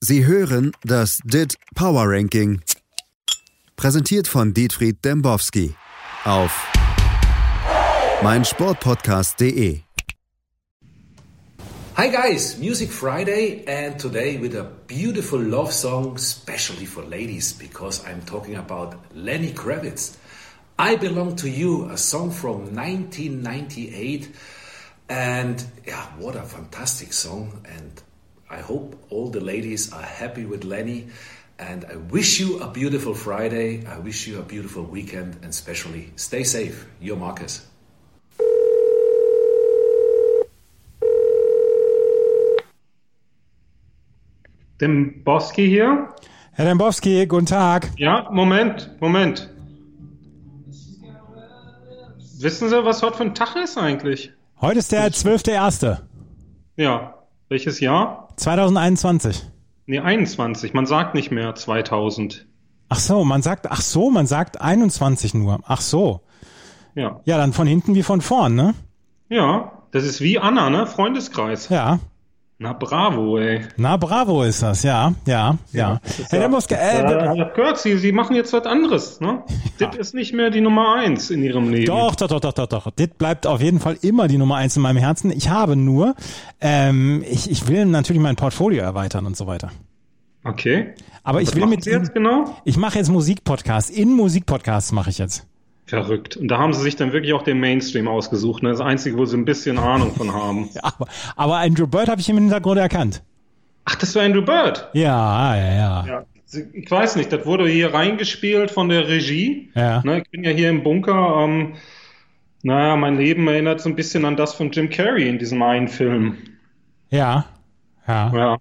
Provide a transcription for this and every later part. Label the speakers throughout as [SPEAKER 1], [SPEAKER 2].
[SPEAKER 1] Sie hören das DIT Power Ranking. Präsentiert von Dietfried Dembowski auf meinsportpodcast.de.
[SPEAKER 2] Hi guys, Music Friday, and today with a beautiful love song, especially for ladies, because I'm talking about Lenny Kravitz. I Belong to You, a song from 1998, and yeah, what a fantastic song! And I hope all the ladies are happy with Lenny. And I wish you a beautiful Friday. I wish you a beautiful weekend, and especially stay safe. Your Marcus.
[SPEAKER 3] Dembowski hier.
[SPEAKER 4] Herr Dembowski, guten Tag.
[SPEAKER 3] Ja, Moment, Moment. Wissen Sie, was heute für ein Tag ist eigentlich?
[SPEAKER 4] Heute ist der 12.01.
[SPEAKER 3] Ja, welches Jahr?
[SPEAKER 4] 2021.
[SPEAKER 3] Nee, 21. Man sagt nicht mehr 2000.
[SPEAKER 4] Ach so, man sagt, ach so, man sagt 21 nur. Ach so.
[SPEAKER 3] Ja,
[SPEAKER 4] Ja, dann von hinten wie von vorn, ne?
[SPEAKER 3] ja. Das ist wie Anna, ne? Freundeskreis.
[SPEAKER 4] Ja.
[SPEAKER 3] Na bravo, ey.
[SPEAKER 4] Na, bravo ist das, ja, ja, ja. Herr Dembowski, äh,
[SPEAKER 3] Ich hab gehört, Sie, Sie machen jetzt was anderes, ne? Das ist nicht mehr die Nummer eins in Ihrem Leben.
[SPEAKER 4] Doch, doch, doch, doch, doch, doch. Das bleibt auf jeden Fall immer die Nummer eins in meinem Herzen. Ich habe nur, ähm, ich, ich will natürlich mein Portfolio erweitern und so weiter.
[SPEAKER 3] Okay.
[SPEAKER 4] Aber ich
[SPEAKER 3] Was
[SPEAKER 4] will
[SPEAKER 3] machen
[SPEAKER 4] mit,
[SPEAKER 3] Sie jetzt genau?
[SPEAKER 4] ich mache jetzt Musikpodcasts. In Musikpodcasts mache ich jetzt.
[SPEAKER 3] Verrückt. Und da haben Sie sich dann wirklich auch den Mainstream ausgesucht, ne? Das Einzige, wo Sie ein bisschen Ahnung von haben.
[SPEAKER 4] Aber, aber Andrew Bird habe ich im Hintergrund erkannt.
[SPEAKER 3] Ach, das war Andrew Bird.
[SPEAKER 4] Ja, ja, ja.
[SPEAKER 3] Ja, ich weiß nicht, das wurde hier reingespielt von der Regie.
[SPEAKER 4] Ja.
[SPEAKER 3] Ne, ich bin ja hier im Bunker. Ähm, naja, mein Leben erinnert so ein bisschen an das von Jim Carrey in diesem einen Film.
[SPEAKER 4] Ja. Ja.
[SPEAKER 3] Ja.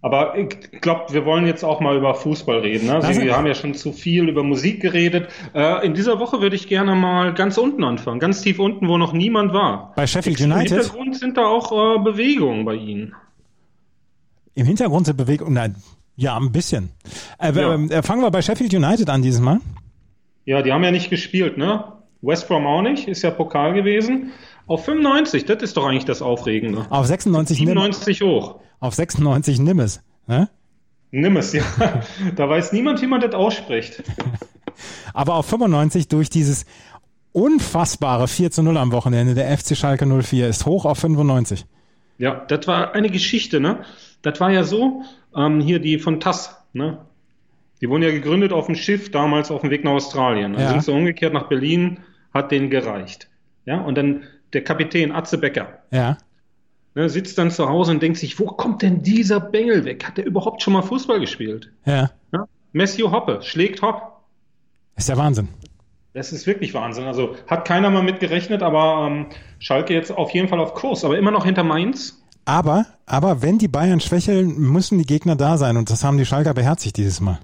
[SPEAKER 3] Aber ich glaube, wir wollen jetzt auch mal über Fußball reden. Ne?
[SPEAKER 4] Lass
[SPEAKER 3] Also, wir
[SPEAKER 4] uns-
[SPEAKER 3] haben ja schon zu viel über Musik geredet. Äh, in dieser Woche würde ich gerne mal ganz unten anfangen, ganz tief unten, wo noch niemand war.
[SPEAKER 4] Bei Sheffield
[SPEAKER 3] Im
[SPEAKER 4] United
[SPEAKER 3] Hintergrund sind da auch äh, Bewegungen bei Ihnen.
[SPEAKER 4] im Hintergrund sind Bewegungen. Nein, ja, ein bisschen. Äh,
[SPEAKER 3] Ja.
[SPEAKER 4] ähm, äh, fangen wir bei Sheffield United an dieses Mal.
[SPEAKER 3] Ja, die haben ja nicht gespielt, ne? West Brom auch nicht, ist ja Pokal gewesen. Auf 95, das ist doch eigentlich das Aufregende.
[SPEAKER 4] Auf 96 Nimm,
[SPEAKER 3] 97 hoch.
[SPEAKER 4] auf 96 Nimm es. Ne?
[SPEAKER 3] Nimm es, ja. Da weiß niemand, wie man das ausspricht.
[SPEAKER 4] Aber auf 95 durch dieses unfassbare 4 zu 0 am Wochenende der FC Schalke 04 ist hoch auf 95.
[SPEAKER 3] Ja, das war eine Geschichte, ne? Das war ja so, ähm, hier die von TAS, ne? Die wurden ja gegründet auf dem Schiff, damals auf dem Weg nach Australien. Dann
[SPEAKER 4] Ja.
[SPEAKER 3] sind sie umgekehrt nach Berlin, hat denen gereicht. Ja, und dann der Kapitän Atze Becker,
[SPEAKER 4] Ja.
[SPEAKER 3] ne, sitzt dann zu Hause und denkt sich, wo kommt denn dieser Bengel weg? Hat der überhaupt schon mal Fußball gespielt?
[SPEAKER 4] Ja.
[SPEAKER 3] Ja? Matthew Hoppe schlägt Hopp.
[SPEAKER 4] Ist der Wahnsinn.
[SPEAKER 3] Das ist wirklich Wahnsinn. Also hat keiner mal mitgerechnet, aber ähm, Schalke jetzt auf jeden Fall auf Kurs, aber immer noch hinter Mainz.
[SPEAKER 4] Aber, aber wenn die Bayern schwächeln, müssen die Gegner da sein. Und das haben die Schalker beherzigt dieses Mal.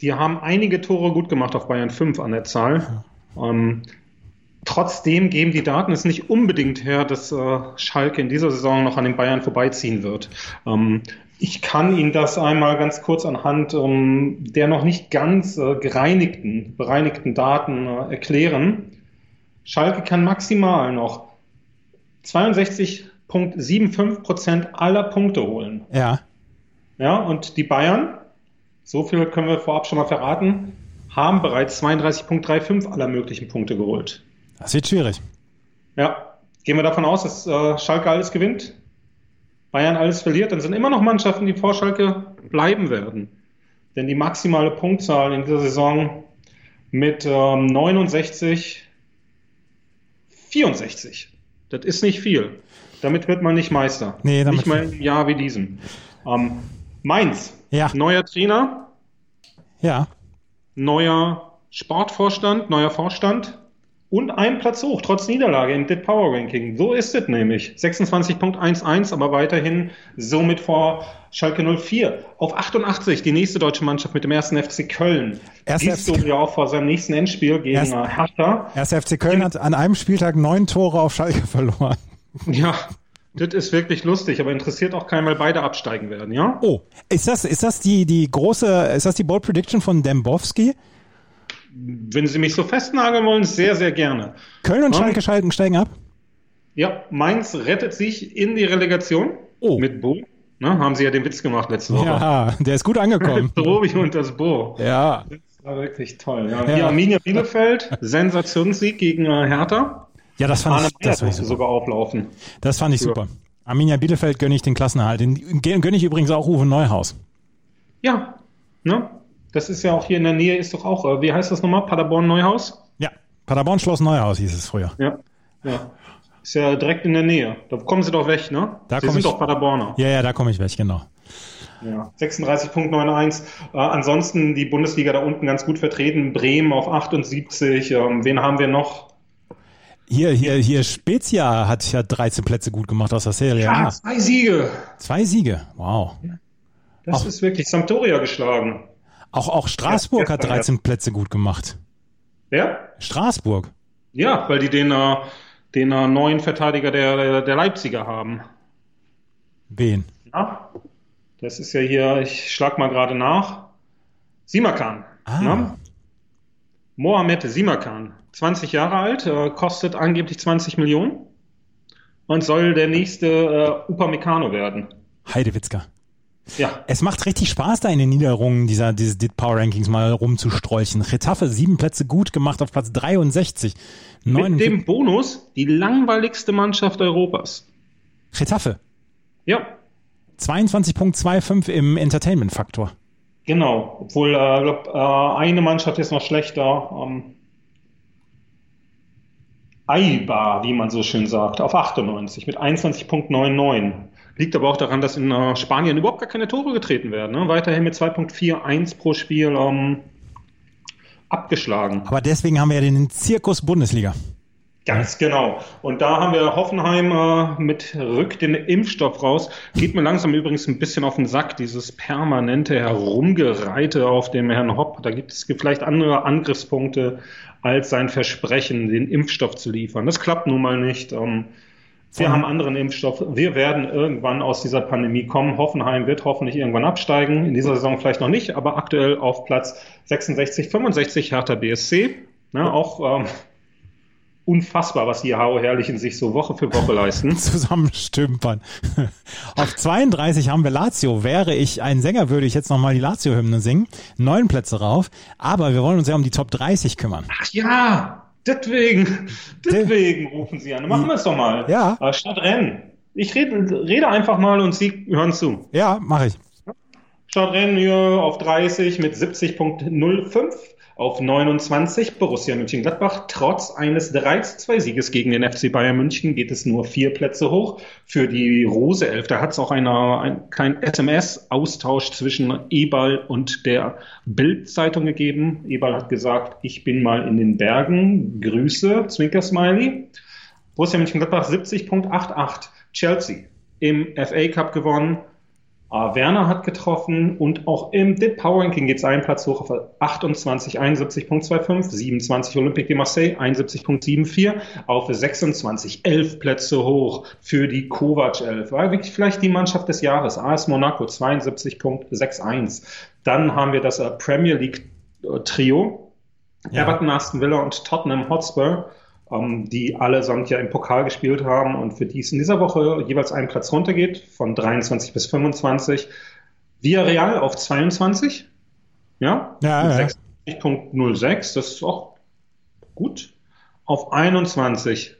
[SPEAKER 3] Die haben einige Tore gut gemacht auf Bayern 5 an der Zahl. Ähm, trotzdem geben die Daten es nicht unbedingt her, dass äh, Schalke in dieser Saison noch an den Bayern vorbeiziehen wird. Ähm, ich kann Ihnen das einmal ganz kurz anhand ähm, der noch nicht ganz äh, gereinigten, bereinigten Daten äh, erklären. Schalke kann maximal noch 62,75 Prozent aller Punkte holen.
[SPEAKER 4] Ja.
[SPEAKER 3] Ja, und die Bayern, so viel können wir vorab schon mal verraten, haben bereits 32,35 aller möglichen Punkte geholt.
[SPEAKER 4] Das wird schwierig.
[SPEAKER 3] Ja, gehen wir davon aus, dass äh, Schalke alles gewinnt, Bayern alles verliert, dann sind immer noch Mannschaften, die vor Schalke bleiben werden. Denn die maximale Punktzahl in dieser Saison mit ähm, 69, 64. Das ist nicht viel. Damit wird man nicht Meister.
[SPEAKER 4] Nee, damit-
[SPEAKER 3] nicht mal im Jahr wie diesem. Ähm, Mainz,
[SPEAKER 4] Ja.
[SPEAKER 3] neuer Trainer,
[SPEAKER 4] Ja.
[SPEAKER 3] neuer Sportvorstand, neuer Vorstand und ein Platz hoch, trotz Niederlage im DIT Power Ranking. So ist es nämlich. 26.11, aber weiterhin somit vor Schalke 04. Auf 88 die nächste deutsche Mannschaft mit dem ersten FC Köln.
[SPEAKER 4] Erster
[SPEAKER 3] Siehst du
[SPEAKER 4] FC
[SPEAKER 3] ja auch vor seinem nächsten Endspiel gegen
[SPEAKER 4] Erst-
[SPEAKER 3] äh, Hertha.
[SPEAKER 4] Erst FC Köln hat an einem Spieltag neun Tore auf Schalke verloren.
[SPEAKER 3] Ja, das ist wirklich lustig, aber interessiert auch keinen, weil beide absteigen werden, ja?
[SPEAKER 4] Oh, ist das, ist das die, die große, ist das die Bold Prediction von Dembowski?
[SPEAKER 3] Wenn Sie mich so festnageln wollen, sehr, sehr gerne.
[SPEAKER 4] Köln und
[SPEAKER 3] Ja.
[SPEAKER 4] Schalke Schalken steigen ab?
[SPEAKER 3] Ja, Mainz rettet sich in die Relegation
[SPEAKER 4] Oh.
[SPEAKER 3] mit Bo. Ne? Haben sie ja den Witz gemacht letzte Woche.
[SPEAKER 4] Ja, der ist gut angekommen.
[SPEAKER 3] Robi und das Bo.
[SPEAKER 4] ja.
[SPEAKER 3] Das war wirklich toll. Ja.
[SPEAKER 4] Ja.
[SPEAKER 3] Hier Arminia Bielefeld, Sensationssieg gegen äh, Hertha.
[SPEAKER 4] Ja, das fand
[SPEAKER 3] Arne
[SPEAKER 4] ich,
[SPEAKER 3] Meyer
[SPEAKER 4] das fand ich
[SPEAKER 3] durfte
[SPEAKER 4] super.
[SPEAKER 3] sogar auflaufen.
[SPEAKER 4] Das fand ich super. Arminia Bielefeld gönne ich den Klassenerhalt. Den gön- gönne ich übrigens auch Uwe Neuhaus.
[SPEAKER 3] Ja, ne? Das ist ja auch hier in der Nähe, ist doch auch, äh, wie heißt das nochmal? Paderborn Neuhaus?
[SPEAKER 4] Ja, Paderborn Schloss Neuhaus hieß es früher.
[SPEAKER 3] Ja. ja. Ist ja direkt in der Nähe. Da kommen sie doch weg, ne?
[SPEAKER 4] Da
[SPEAKER 3] sie
[SPEAKER 4] komm
[SPEAKER 3] sind
[SPEAKER 4] ich-
[SPEAKER 3] doch Paderborner.
[SPEAKER 4] Ja, ja, da komme ich weg, genau.
[SPEAKER 3] Ja, 36.91. Äh, ansonsten die Bundesliga da unten ganz gut vertreten. Bremen auf 78. Ähm, wen haben wir noch?
[SPEAKER 4] Hier, hier, hier, Spezia hat ja 13 Plätze gut gemacht aus der Serie.
[SPEAKER 3] Ah,
[SPEAKER 4] A.
[SPEAKER 3] zwei Siege.
[SPEAKER 4] zwei Siege. Wow.
[SPEAKER 3] Das
[SPEAKER 4] Ach.
[SPEAKER 3] ist wirklich Sampdoria geschlagen.
[SPEAKER 4] Auch, auch Straßburg
[SPEAKER 3] Ja,
[SPEAKER 4] hat
[SPEAKER 3] gestern,
[SPEAKER 4] 13 Plätze gut gemacht.
[SPEAKER 3] Ja?
[SPEAKER 4] Straßburg.
[SPEAKER 3] Ja, weil die den, äh, den äh, neuen Verteidiger der, der Leipziger haben.
[SPEAKER 4] Wen?
[SPEAKER 3] Ja? Das ist ja hier, ich schlag mal gerade nach. Simakan.
[SPEAKER 4] Ah.
[SPEAKER 3] Ne? Mohamed Simakan, 20 Jahre alt, äh, kostet angeblich 20 Millionen und soll der nächste äh, Upamecano werden.
[SPEAKER 4] Heidewitzka.
[SPEAKER 3] Ja,
[SPEAKER 4] Es macht richtig Spaß, da in den Niederungen dieser, dieses dit Power Rankings mal rumzustrolchen. Retafe sieben Plätze gut gemacht auf Platz 63. Neun
[SPEAKER 3] mit dem Bonus die langweiligste Mannschaft Europas.
[SPEAKER 4] Retafe.
[SPEAKER 3] Ja,
[SPEAKER 4] 22.25 im Entertainment-Faktor.
[SPEAKER 3] genau. Obwohl, äh, glaub, äh, eine Mannschaft ist noch schlechter. Ähm, Aiba, wie man so schön sagt, auf 98 mit 21.99. Liegt aber auch daran, dass in äh, Spanien überhaupt gar keine Tore getreten werden. Ne? Weiterhin mit 2.41 pro Spiel ähm, abgeschlagen.
[SPEAKER 4] Aber deswegen haben wir ja den Zirkus Bundesliga.
[SPEAKER 3] Ganz genau. Und da haben wir Hoffenheim äh, mit rückt den Impfstoff raus. Geht mir langsam übrigens ein bisschen auf den Sack, dieses permanente Herumgereite auf dem Herrn Hopp. Da gibt es vielleicht andere Angriffspunkte als sein Versprechen, den Impfstoff zu liefern. Das klappt nun mal nicht. Ähm, wir haben anderen Impfstoff. Wir werden irgendwann aus dieser Pandemie kommen. Hoffenheim wird hoffentlich irgendwann absteigen. In dieser Saison vielleicht noch nicht, aber aktuell auf Platz 66, 65 Hertha BSC. Ne, auch ähm, unfassbar, was die Hau Herrlichen sich so Woche für Woche leisten.
[SPEAKER 4] Zusammenstümpern. auf 32 haben wir Lazio. Wäre ich ein Sänger, würde ich jetzt nochmal die Lazio-Hymne singen. Neun Plätze rauf. Aber wir wollen uns ja um die Top 30 kümmern.
[SPEAKER 3] Ach ja, deswegen, deswegen rufen sie an. Machen wir es doch mal.
[SPEAKER 4] Ja.
[SPEAKER 3] Äh, statt Rennen. Ich rede, rede einfach mal und Sie hören zu.
[SPEAKER 4] Ja, mache ich.
[SPEAKER 3] Stadtrennen hier auf 30 mit 70.05 auf 29 Borussia Mönchengladbach. Trotz eines 3-2-Sieges gegen den FC Bayern München geht es nur vier Plätze hoch für die Rose 11. Da hat es auch einer, ein, kein SMS-Austausch zwischen Ebal und der Bild-Zeitung gegeben. Ebal hat gesagt, ich bin mal in den Bergen. Grüße, Zwinker-Smiley. Borussia Mönchengladbach 70.88. Chelsea im FA Cup gewonnen. Ah, Werner hat getroffen und auch im DIP Power Ranking geht es einen Platz hoch auf 28, 71.25, 27 Olympique de Marseille, 71.74, auf 26, 11 Plätze hoch für die Kovac 11. War wirklich vielleicht die Mannschaft des Jahres. AS Monaco 72.61. Dann haben wir das äh, Premier League äh, Trio. Everton, Aston Villa und Tottenham Hotspur, ähm, die allesamt ja im Pokal gespielt haben und für die es in dieser Woche jeweils einen Platz runtergeht, von 23 bis 25. Villarreal auf 22, ja,
[SPEAKER 4] Ja,
[SPEAKER 3] mit
[SPEAKER 4] ja.
[SPEAKER 3] 60.06, das ist auch gut. Auf 21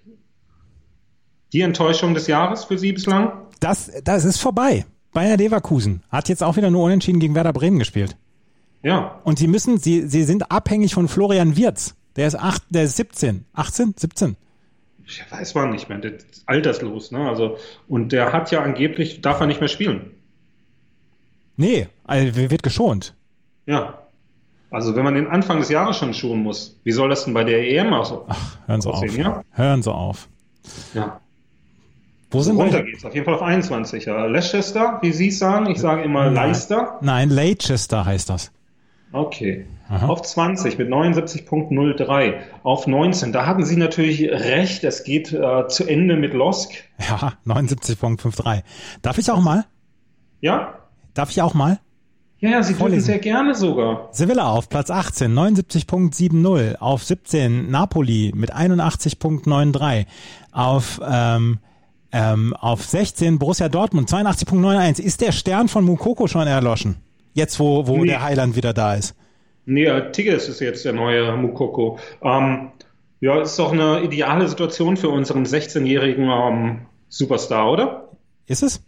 [SPEAKER 3] die Enttäuschung des Jahres für sie bislang.
[SPEAKER 4] Das, das ist vorbei. Bayer Leverkusen hat jetzt auch wieder nur unentschieden gegen Werder Bremen gespielt.
[SPEAKER 3] Ja,
[SPEAKER 4] Und sie müssen, sie, sie sind abhängig von Florian Wirz. Der ist acht, der ist 17, 18, 17.
[SPEAKER 3] ich weiß man nicht mehr, der ist alterslos, ne? Also, und der hat ja angeblich, darf er nicht mehr spielen.
[SPEAKER 4] Nee, also wird geschont.
[SPEAKER 3] Ja. Also wenn man den Anfang des Jahres schon schonen muss, wie soll das denn bei der E EM aussehen?
[SPEAKER 4] Hören Sie auf.
[SPEAKER 3] Aussehen, ja?
[SPEAKER 4] Hören Sie auf.
[SPEAKER 3] Ja.
[SPEAKER 4] Wo sind
[SPEAKER 3] Runter
[SPEAKER 4] wir?
[SPEAKER 3] geht's, auf jeden Fall auf 21. Ja. Leicester, wie Sie es sagen, ich sage immer Leicester.
[SPEAKER 4] Nein, Leicester heißt das.
[SPEAKER 3] Okay. Auf 20 mit 79.03. Auf 19, da hatten Sie natürlich recht, es geht äh, zu Ende mit Losk.
[SPEAKER 4] Ja, 79.53. Darf ich auch mal?
[SPEAKER 3] Ja?
[SPEAKER 4] Darf ich auch mal?
[SPEAKER 3] Ja, ja, Sie dürfen
[SPEAKER 4] Vorlesen.
[SPEAKER 3] sehr gerne sogar.
[SPEAKER 4] Sevilla auf Platz 18, 79.70. Auf 17 Napoli mit 81.93. Auf ähm, Ähm, auf 16 Borussia Dortmund 82.91. Ist der Stern von Mukoko schon erloschen? Jetzt, wo, wo
[SPEAKER 3] Nee.
[SPEAKER 4] der Heiland wieder da ist.
[SPEAKER 3] Nee, äh, Tigges ist jetzt der neue Mukoko. Ähm, ja, ist doch eine ideale Situation für unseren 16-jährigen ähm, Superstar, oder?
[SPEAKER 4] Ist es?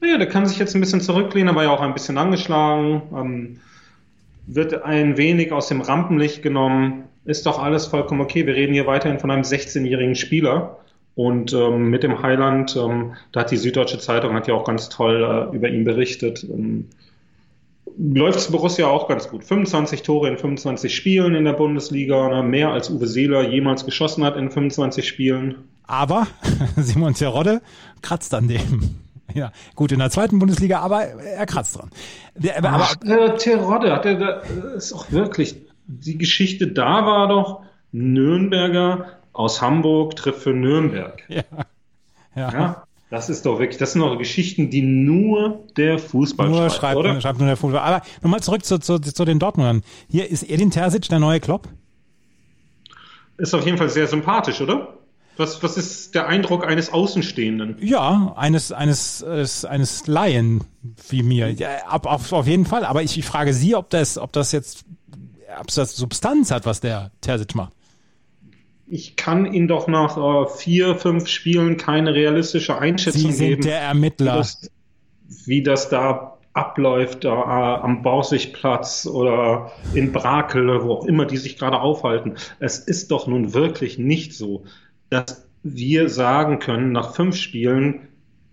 [SPEAKER 3] Naja, der kann sich jetzt ein bisschen zurücklehnen, war ja auch ein bisschen angeschlagen, ähm, wird ein wenig aus dem Rampenlicht genommen. Ist doch alles vollkommen okay. Wir reden hier weiterhin von einem 16-jährigen Spieler. Und ähm, mit dem Highland, ähm, da hat die Süddeutsche Zeitung hat ja auch ganz toll äh, über ihn berichtet. Ähm, läuft Borussia auch ganz gut. 25 Tore in 25 Spielen in der Bundesliga, ne? mehr als Uwe Seeler jemals geschossen hat in 25 Spielen.
[SPEAKER 4] Aber Simon Terodde kratzt an dem. Ja, gut, in der zweiten Bundesliga, aber er kratzt dran. Der, aber, aber,
[SPEAKER 3] Ach, äh, Terodde, hat er da, äh, ist auch wirklich, die Geschichte da war doch, Nürnberger aus Hamburg trifft für Nürnberg.
[SPEAKER 4] ja, ja.
[SPEAKER 3] Ja? Das ist doch wirklich, das sind doch Geschichten, die nur der Fußball
[SPEAKER 4] Nur
[SPEAKER 3] schreibt,
[SPEAKER 4] schreibt,
[SPEAKER 3] oder?
[SPEAKER 4] schreibt nur der Fußball. Aber nochmal zurück zu, zu, zu den Dortmundern. Hier ist Edin Terzic der neue Klopp.
[SPEAKER 3] Ist auf jeden Fall sehr sympathisch, oder? Was, was ist der Eindruck eines Außenstehenden?
[SPEAKER 4] Ja, eines, eines, eines, eines Laien wie mir. Ja, ab, auf, auf jeden Fall. Aber ich, ich frage Sie, ob das, ob das jetzt, ob das Substanz hat, was der Terzic macht.
[SPEAKER 3] Ich kann ihn doch nach äh, vier, fünf Spielen keine realistische
[SPEAKER 4] Sie
[SPEAKER 3] Einschätzung
[SPEAKER 4] sind
[SPEAKER 3] geben.
[SPEAKER 4] der Ermittler.
[SPEAKER 3] das, wie das da abläuft da, äh, am Borsigplatz oder in Brakel oder wo auch immer die sich gerade aufhalten. Es ist doch nun wirklich nicht so, dass wir sagen können nach fünf Spielen,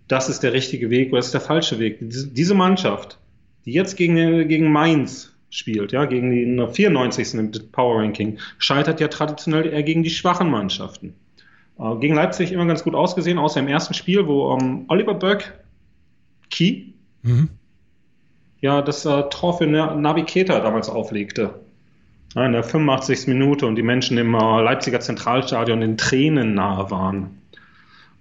[SPEAKER 3] das ist der richtige Weg oder das ist der falsche Weg. Diese diese Mannschaft, die jetzt gegen, gegen Mainz spielt, ja, gegen die in der 94. im Power Ranking, scheitert ja traditionell eher gegen die schwachen Mannschaften. Äh, Gegen Leipzig immer ganz gut ausgesehen, außer im ersten Spiel, wo ähm, Oliver Burke Key
[SPEAKER 4] Mhm.
[SPEAKER 3] ja das äh, Tor für Na- Navi Keita damals auflegte. Ja, in der 85. Minute und die Menschen im äh, Leipziger Zentralstadion in Tränen nahe waren.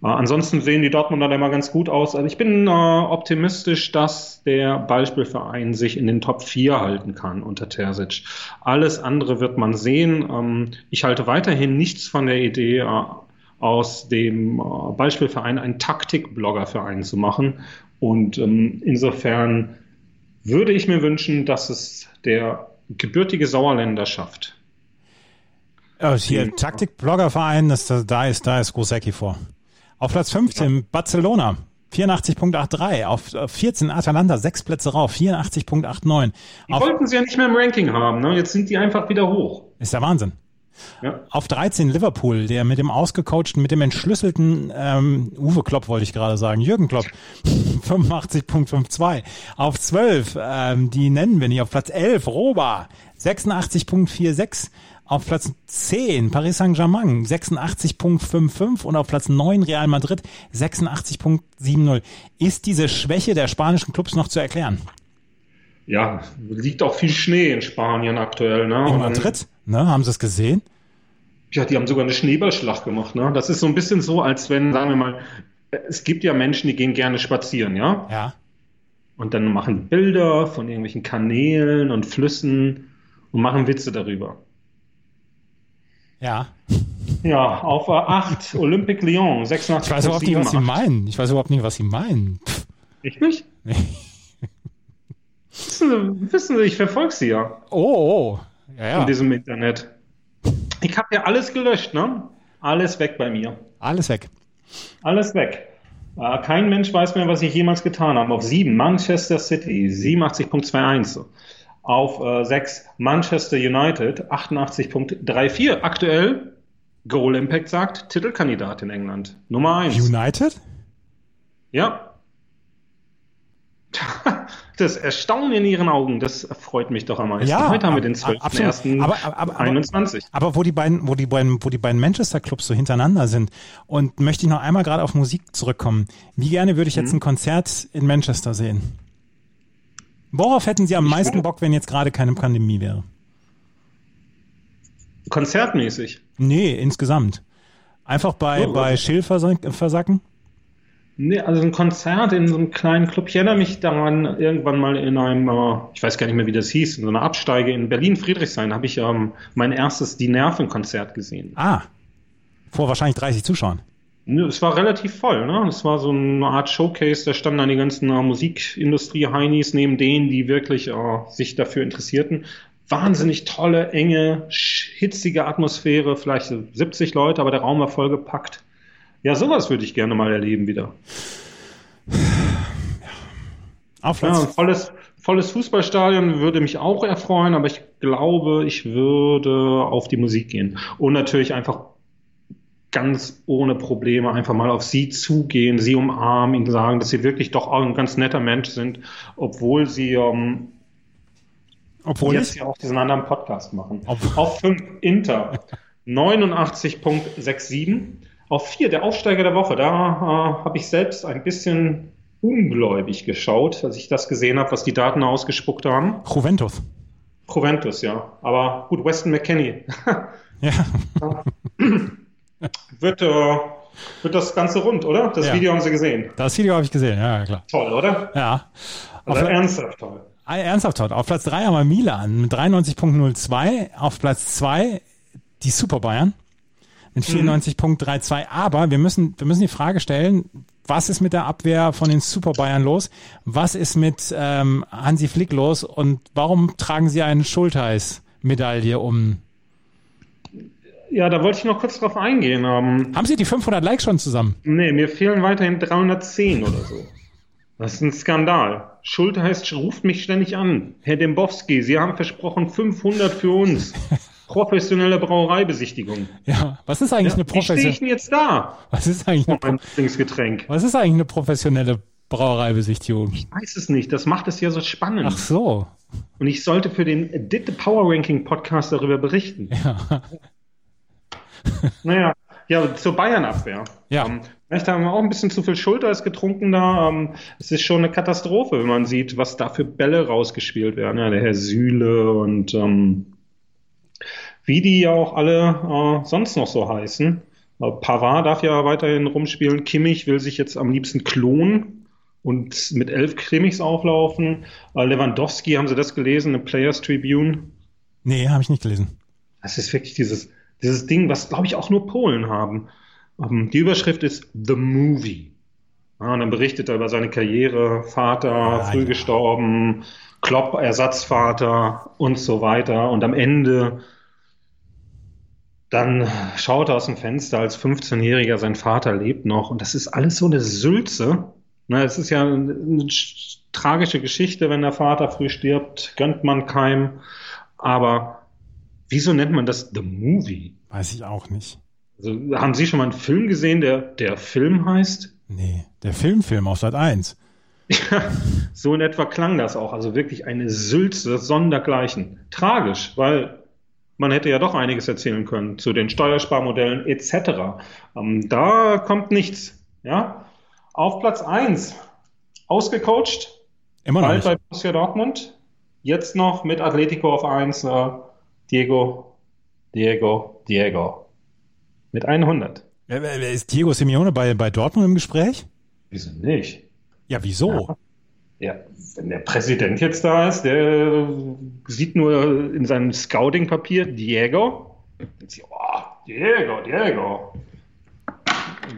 [SPEAKER 3] Äh, ansonsten sehen die Dortmunder da immer ganz gut aus. Also ich bin äh, optimistisch, dass der Ballspielverein sich in den Top 4 halten kann unter Terzic. Alles andere wird man sehen. Ähm, ich halte weiterhin nichts von der Idee, äh, aus dem äh, Ballspielverein einen Taktikbloggerverein zu machen. Und ähm, insofern würde ich mir wünschen, dass es der gebürtige Sauerländer schafft.
[SPEAKER 4] Ja, ist Oh, hier Taktik-Blogger-Verein, das, das, da ist, da ist Gusecki vor. Auf Platz 15 Barcelona. 84.83 auf auf 14 Atalanta, sechs Plätze rauf, 84.89.
[SPEAKER 3] Die
[SPEAKER 4] Auf,
[SPEAKER 3] wollten sie ja nicht mehr im Ranking haben, ne? Jetzt sind die einfach wieder hoch.
[SPEAKER 4] ist der Wahnsinn.
[SPEAKER 3] Ja.
[SPEAKER 4] Auf 13 Liverpool, der mit dem ausgecoachten, mit dem entschlüsselten ähm, Uwe Klopp wollte ich gerade sagen, Jürgen Klopp, 85.52. Auf 12, ähm, die nennen wir nicht, auf Platz 11 Roba, 86.46. Auf Platz 10 Paris Saint-Germain, 86.55 und auf Platz 9 Real Madrid, 86.70. Ist diese Schwäche der spanischen Clubs noch zu erklären?
[SPEAKER 3] Ja, liegt auch viel Schnee in Spanien aktuell, ne?
[SPEAKER 4] In
[SPEAKER 3] Und dann-
[SPEAKER 4] Madrid, ne, haben sie es gesehen?
[SPEAKER 3] Ja, die haben sogar eine Schneeballschlacht gemacht, ne? Das ist so ein bisschen so, als wenn, sagen wir mal, es gibt ja Menschen, die gehen gerne spazieren, ja?
[SPEAKER 4] Ja.
[SPEAKER 3] Und dann machen die Bilder von irgendwelchen Kanälen und Flüssen und machen Witze darüber.
[SPEAKER 4] Ja.
[SPEAKER 3] Ja, auf 8 Olympique Lyon, 86.
[SPEAKER 4] Ich weiß überhaupt nicht, was sie meinen. Ich weiß überhaupt nicht, was sie meinen. Pff.
[SPEAKER 3] Ich nicht?
[SPEAKER 4] Nee.
[SPEAKER 3] wissen, Sie, wissen Sie, ich verfolge Sie ja
[SPEAKER 4] Oh, oh. ja,
[SPEAKER 3] in
[SPEAKER 4] ja.
[SPEAKER 3] diesem Internet. Ich habe ja alles gelöscht, ne? Alles weg bei mir.
[SPEAKER 4] Alles weg.
[SPEAKER 3] Alles weg. Äh, kein Mensch weiß mehr, was ich jemals getan habe. Auf 7 Manchester City, 87.21. Auf äh, 6 Manchester United, 88.34. Aktuell, Goal Impact sagt, Titelkandidat in England. Nummer 1.
[SPEAKER 4] United?
[SPEAKER 3] Ja. Das Erstaunen in ihren Augen, das freut mich doch am meisten.
[SPEAKER 4] Ja,
[SPEAKER 3] Heute haben wir
[SPEAKER 4] ab-
[SPEAKER 3] den
[SPEAKER 4] ab-
[SPEAKER 3] 12.01.21.
[SPEAKER 4] absolut. Aber- aber- aber- Aber wo die beiden, wo die beiden, wo die beiden Manchester-Clubs so hintereinander sind und möchte ich noch einmal gerade auf Musik zurückkommen. Wie gerne würde ich jetzt
[SPEAKER 3] Mhm.
[SPEAKER 4] ein Konzert in Manchester sehen? Worauf hätten Sie am meisten Bock, wenn jetzt gerade keine Pandemie wäre?
[SPEAKER 3] Konzertmäßig.
[SPEAKER 4] Nee, insgesamt. Einfach bei,
[SPEAKER 3] Oh,
[SPEAKER 4] bei Schill versack- versacken?
[SPEAKER 3] Nee, also ein Konzert in so einem kleinen Club. Ich erinnere mich daran, irgendwann mal in einem, äh, ich weiß gar nicht mehr, wie das hieß, in so einer Absteige in Berlin-Friedrichshain habe ich ähm, mein erstes Die Nerven-Konzert gesehen.
[SPEAKER 4] Ah. Vor wahrscheinlich 30 Zuschauern.
[SPEAKER 3] Nö, Es war relativ voll, ne? Es war so eine Art Showcase, da standen dann die ganzen äh, Musikindustrie-Heinis neben denen, die wirklich äh, sich dafür interessierten. Wahnsinnig tolle, enge, sch- hitzige Atmosphäre, vielleicht 70 Leute, aber der Raum war vollgepackt. Ja, sowas würde ich gerne mal erleben wieder.
[SPEAKER 4] Auf
[SPEAKER 3] Ja,
[SPEAKER 4] Platz
[SPEAKER 3] ein volles, volles Fußballstadion würde mich auch erfreuen, aber ich glaube, ich würde auf die Musik gehen. Und natürlich einfach ganz ohne Probleme einfach mal auf sie zugehen, sie umarmen, ihnen sagen, dass sie wirklich doch auch ein ganz netter Mensch sind, obwohl sie ähm,
[SPEAKER 4] obwohl
[SPEAKER 3] jetzt
[SPEAKER 4] ich,
[SPEAKER 3] ja auch diesen anderen Podcast machen.
[SPEAKER 4] Ob-
[SPEAKER 3] Auf 5 Inter 89.67. Auf 4 der Aufsteiger der Woche. Da äh, habe ich selbst ein bisschen ungläubig geschaut, als ich das gesehen habe, was die Daten ausgespuckt haben.
[SPEAKER 4] Juventus.
[SPEAKER 3] Proventus, ja. Aber gut, Weston McKenney.
[SPEAKER 4] Ja,
[SPEAKER 3] wird, äh, wird das Ganze rund, oder? Das
[SPEAKER 4] Ja.
[SPEAKER 3] Video haben Sie gesehen.
[SPEAKER 4] das Video habe ich gesehen, ja, klar.
[SPEAKER 3] Toll, oder?
[SPEAKER 4] Ja. Auf,
[SPEAKER 3] Also ernsthaft toll.
[SPEAKER 4] Ah, Ernsthaft, Todd. Auf Platz 3 haben wir Milan mit 93.02. Auf Platz 2 die Super Bayern mit
[SPEAKER 3] Mhm.
[SPEAKER 4] 94.32. Aber wir müssen, wir müssen die Frage stellen, was ist mit der Abwehr von den Super Bayern los? Was ist mit ähm, Hansi Flick los? Und warum tragen sie eine Schultheiß-Medaille um?
[SPEAKER 3] Ja, da wollte ich noch kurz drauf eingehen. Ähm,
[SPEAKER 4] Haben sie die 500 Likes schon zusammen?
[SPEAKER 3] Nee, mir fehlen weiterhin 310 oder so. Das ist ein Skandal. Schulte heißt, ruft mich ständig an. Herr Dembowski, Sie haben versprochen 500 für uns. Professionelle Brauereibesichtigung.
[SPEAKER 4] Ja. Was ist eigentlich eine
[SPEAKER 3] Wie stehe ich
[SPEAKER 4] professionelle,
[SPEAKER 3] denn jetzt da?
[SPEAKER 4] was ist eigentlich eine,
[SPEAKER 3] Mein
[SPEAKER 4] Pro-
[SPEAKER 3] Lieblingsgetränk.
[SPEAKER 4] was ist eigentlich eine professionelle Brauereibesichtigung?
[SPEAKER 3] Ich weiß es nicht. Das macht es ja so spannend.
[SPEAKER 4] Ach so.
[SPEAKER 3] Und ich sollte für den Ditte Power Ranking Podcast darüber berichten. naja, ja, zur Bayern-Abwehr.
[SPEAKER 4] Ja.
[SPEAKER 3] Ähm, vielleicht haben wir auch ein bisschen zu viel Schulters getrunken da. Ähm, es ist schon eine Katastrophe, wenn man sieht, was da für Bälle rausgespielt werden. Ja, der Herr Süle und ähm, wie die ja auch alle äh, sonst noch so heißen. Äh, Pavard darf ja weiterhin rumspielen. Kimmich will sich jetzt am liebsten klonen und mit elf Krimichs auflaufen. Äh, Lewandowski, haben Sie das gelesen, eine Players Tribune?
[SPEAKER 4] Nee, habe ich nicht gelesen.
[SPEAKER 3] Das ist wirklich dieses, dieses Ding, was glaube ich auch nur Polen haben. Ähm, die Überschrift ist The Movie. Ja, und dann berichtet er über seine Karriere, Vater, früh
[SPEAKER 4] ja. genau.
[SPEAKER 3] gestorben, Klopp, Ersatzvater und so weiter. Und am Ende dann schaut er aus dem Fenster als 15-Jähriger, sein Vater lebt noch. Und das ist alles so eine Sülze. Na, es ist ja eine, eine sch- tragische Geschichte, wenn der Vater früh stirbt, gönnt man keinem. Aber wieso nennt man das The Movie?
[SPEAKER 4] Weiß ich auch nicht.
[SPEAKER 3] Also, haben Sie schon mal einen Film gesehen, der der Film heißt?
[SPEAKER 4] Nee, der Filmfilm auf Sat 1.
[SPEAKER 3] So in etwa klang das auch. Also wirklich eine Sülze sondergleichen. Tragisch, weil man hätte ja doch einiges erzählen können zu den Steuersparmodellen etc. Ähm, da kommt nichts. Ja? Auf Platz 1 ausgecoacht,
[SPEAKER 4] Immer noch
[SPEAKER 3] bald bei
[SPEAKER 4] nicht.
[SPEAKER 3] Borussia Dortmund. Jetzt noch mit Atletico auf 1 äh, Diego, Diego, Diego. Mit 100.
[SPEAKER 4] Wer- wer- wer Ist Diego Simeone bei, bei Dortmund im Gespräch?
[SPEAKER 3] Wieso nicht?
[SPEAKER 4] Ja, wieso?
[SPEAKER 3] Ja, wenn der Präsident jetzt da ist, der sieht nur in seinem Scouting-Papier Diego. Denkt sich, oh, Diego, Diego.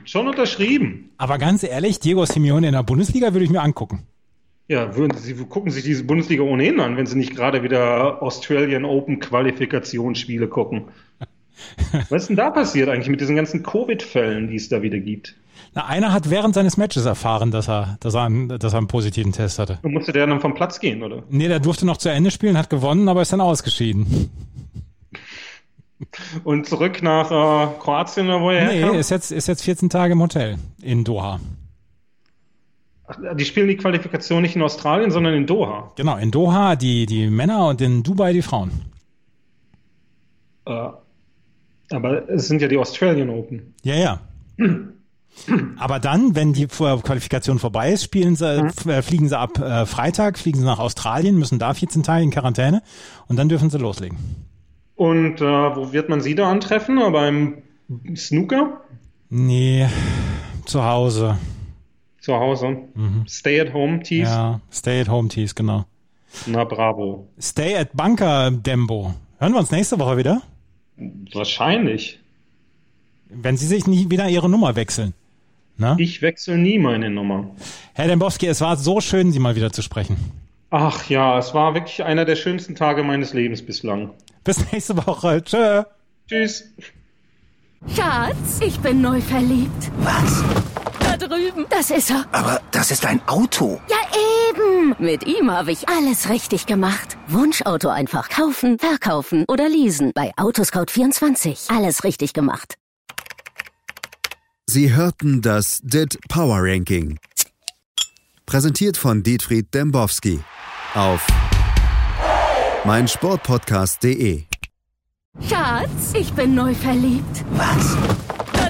[SPEAKER 3] Schon unterschrieben.
[SPEAKER 4] Aber ganz ehrlich, Diego Simeone in der Bundesliga würde ich mir angucken.
[SPEAKER 3] Ja, würden Sie gucken sich diese Bundesliga ohnehin an, wenn Sie nicht gerade wieder Australian Open Qualifikationsspiele gucken. Was ist denn da passiert eigentlich mit diesen ganzen Covid-Fällen, die es da wieder gibt?
[SPEAKER 4] Na, einer hat während seines Matches erfahren, dass er, dass er, einen, dass er einen positiven Test hatte.
[SPEAKER 3] Musste der dann vom Platz gehen, oder?
[SPEAKER 4] Nee, der durfte noch zu Ende spielen, hat gewonnen, aber ist dann ausgeschieden.
[SPEAKER 3] Und zurück nach äh, Kroatien oder wo er
[SPEAKER 4] Nee,
[SPEAKER 3] herkam?
[SPEAKER 4] ist jetzt, ist jetzt 14 Tage im Hotel in Doha.
[SPEAKER 3] Ach, Die spielen die Qualifikation nicht in Australien, sondern in Doha.
[SPEAKER 4] Genau, in Doha die, die Männer und in Dubai die Frauen.
[SPEAKER 3] Äh, aber es sind ja die Australian Open.
[SPEAKER 4] Ja, ja. Aber dann, wenn die Vor- Qualifikation vorbei ist, spielen sie, f- äh, fliegen sie ab äh, Freitag, fliegen sie nach Australien, müssen da 14 Tage in Quarantäne und dann dürfen sie loslegen.
[SPEAKER 3] Und äh, wo wird man sie da antreffen? Äh, Beim Snooker?
[SPEAKER 4] Nee, zu Hause.
[SPEAKER 3] Zu Hause. Stay at home Tees.
[SPEAKER 4] Ja, Stay-at-Home-Tees, genau.
[SPEAKER 3] Na bravo.
[SPEAKER 4] Stay at Bunker Dembo. Hören wir uns nächste Woche wieder,
[SPEAKER 3] Wahrscheinlich.
[SPEAKER 4] wenn sie sich nicht wieder ihre Nummer wechseln. Na?
[SPEAKER 3] Ich wechsle nie meine Nummer.
[SPEAKER 4] Herr Dembowski, es war so schön, Sie mal wieder zu sprechen.
[SPEAKER 3] Ach ja, es war wirklich einer der schönsten Tage meines Lebens bislang.
[SPEAKER 4] Bis nächste Woche. Tschö.
[SPEAKER 3] Tschüss.
[SPEAKER 5] Schatz, ich bin neu verliebt.
[SPEAKER 6] Was?
[SPEAKER 5] Da drüben. Das ist er.
[SPEAKER 6] Aber das ist ein Auto.
[SPEAKER 5] Ja, eben. Mit ihm habe ich alles richtig gemacht. Wunschauto einfach kaufen, verkaufen oder leasen. Bei Autoscout24. Alles richtig gemacht.
[SPEAKER 1] Sie hörten das DIT Power Ranking. Präsentiert von Dietfried Dembowski auf meinsportpodcast.de.
[SPEAKER 5] Schatz, ich bin neu verliebt.
[SPEAKER 6] Was?
[SPEAKER 5] Da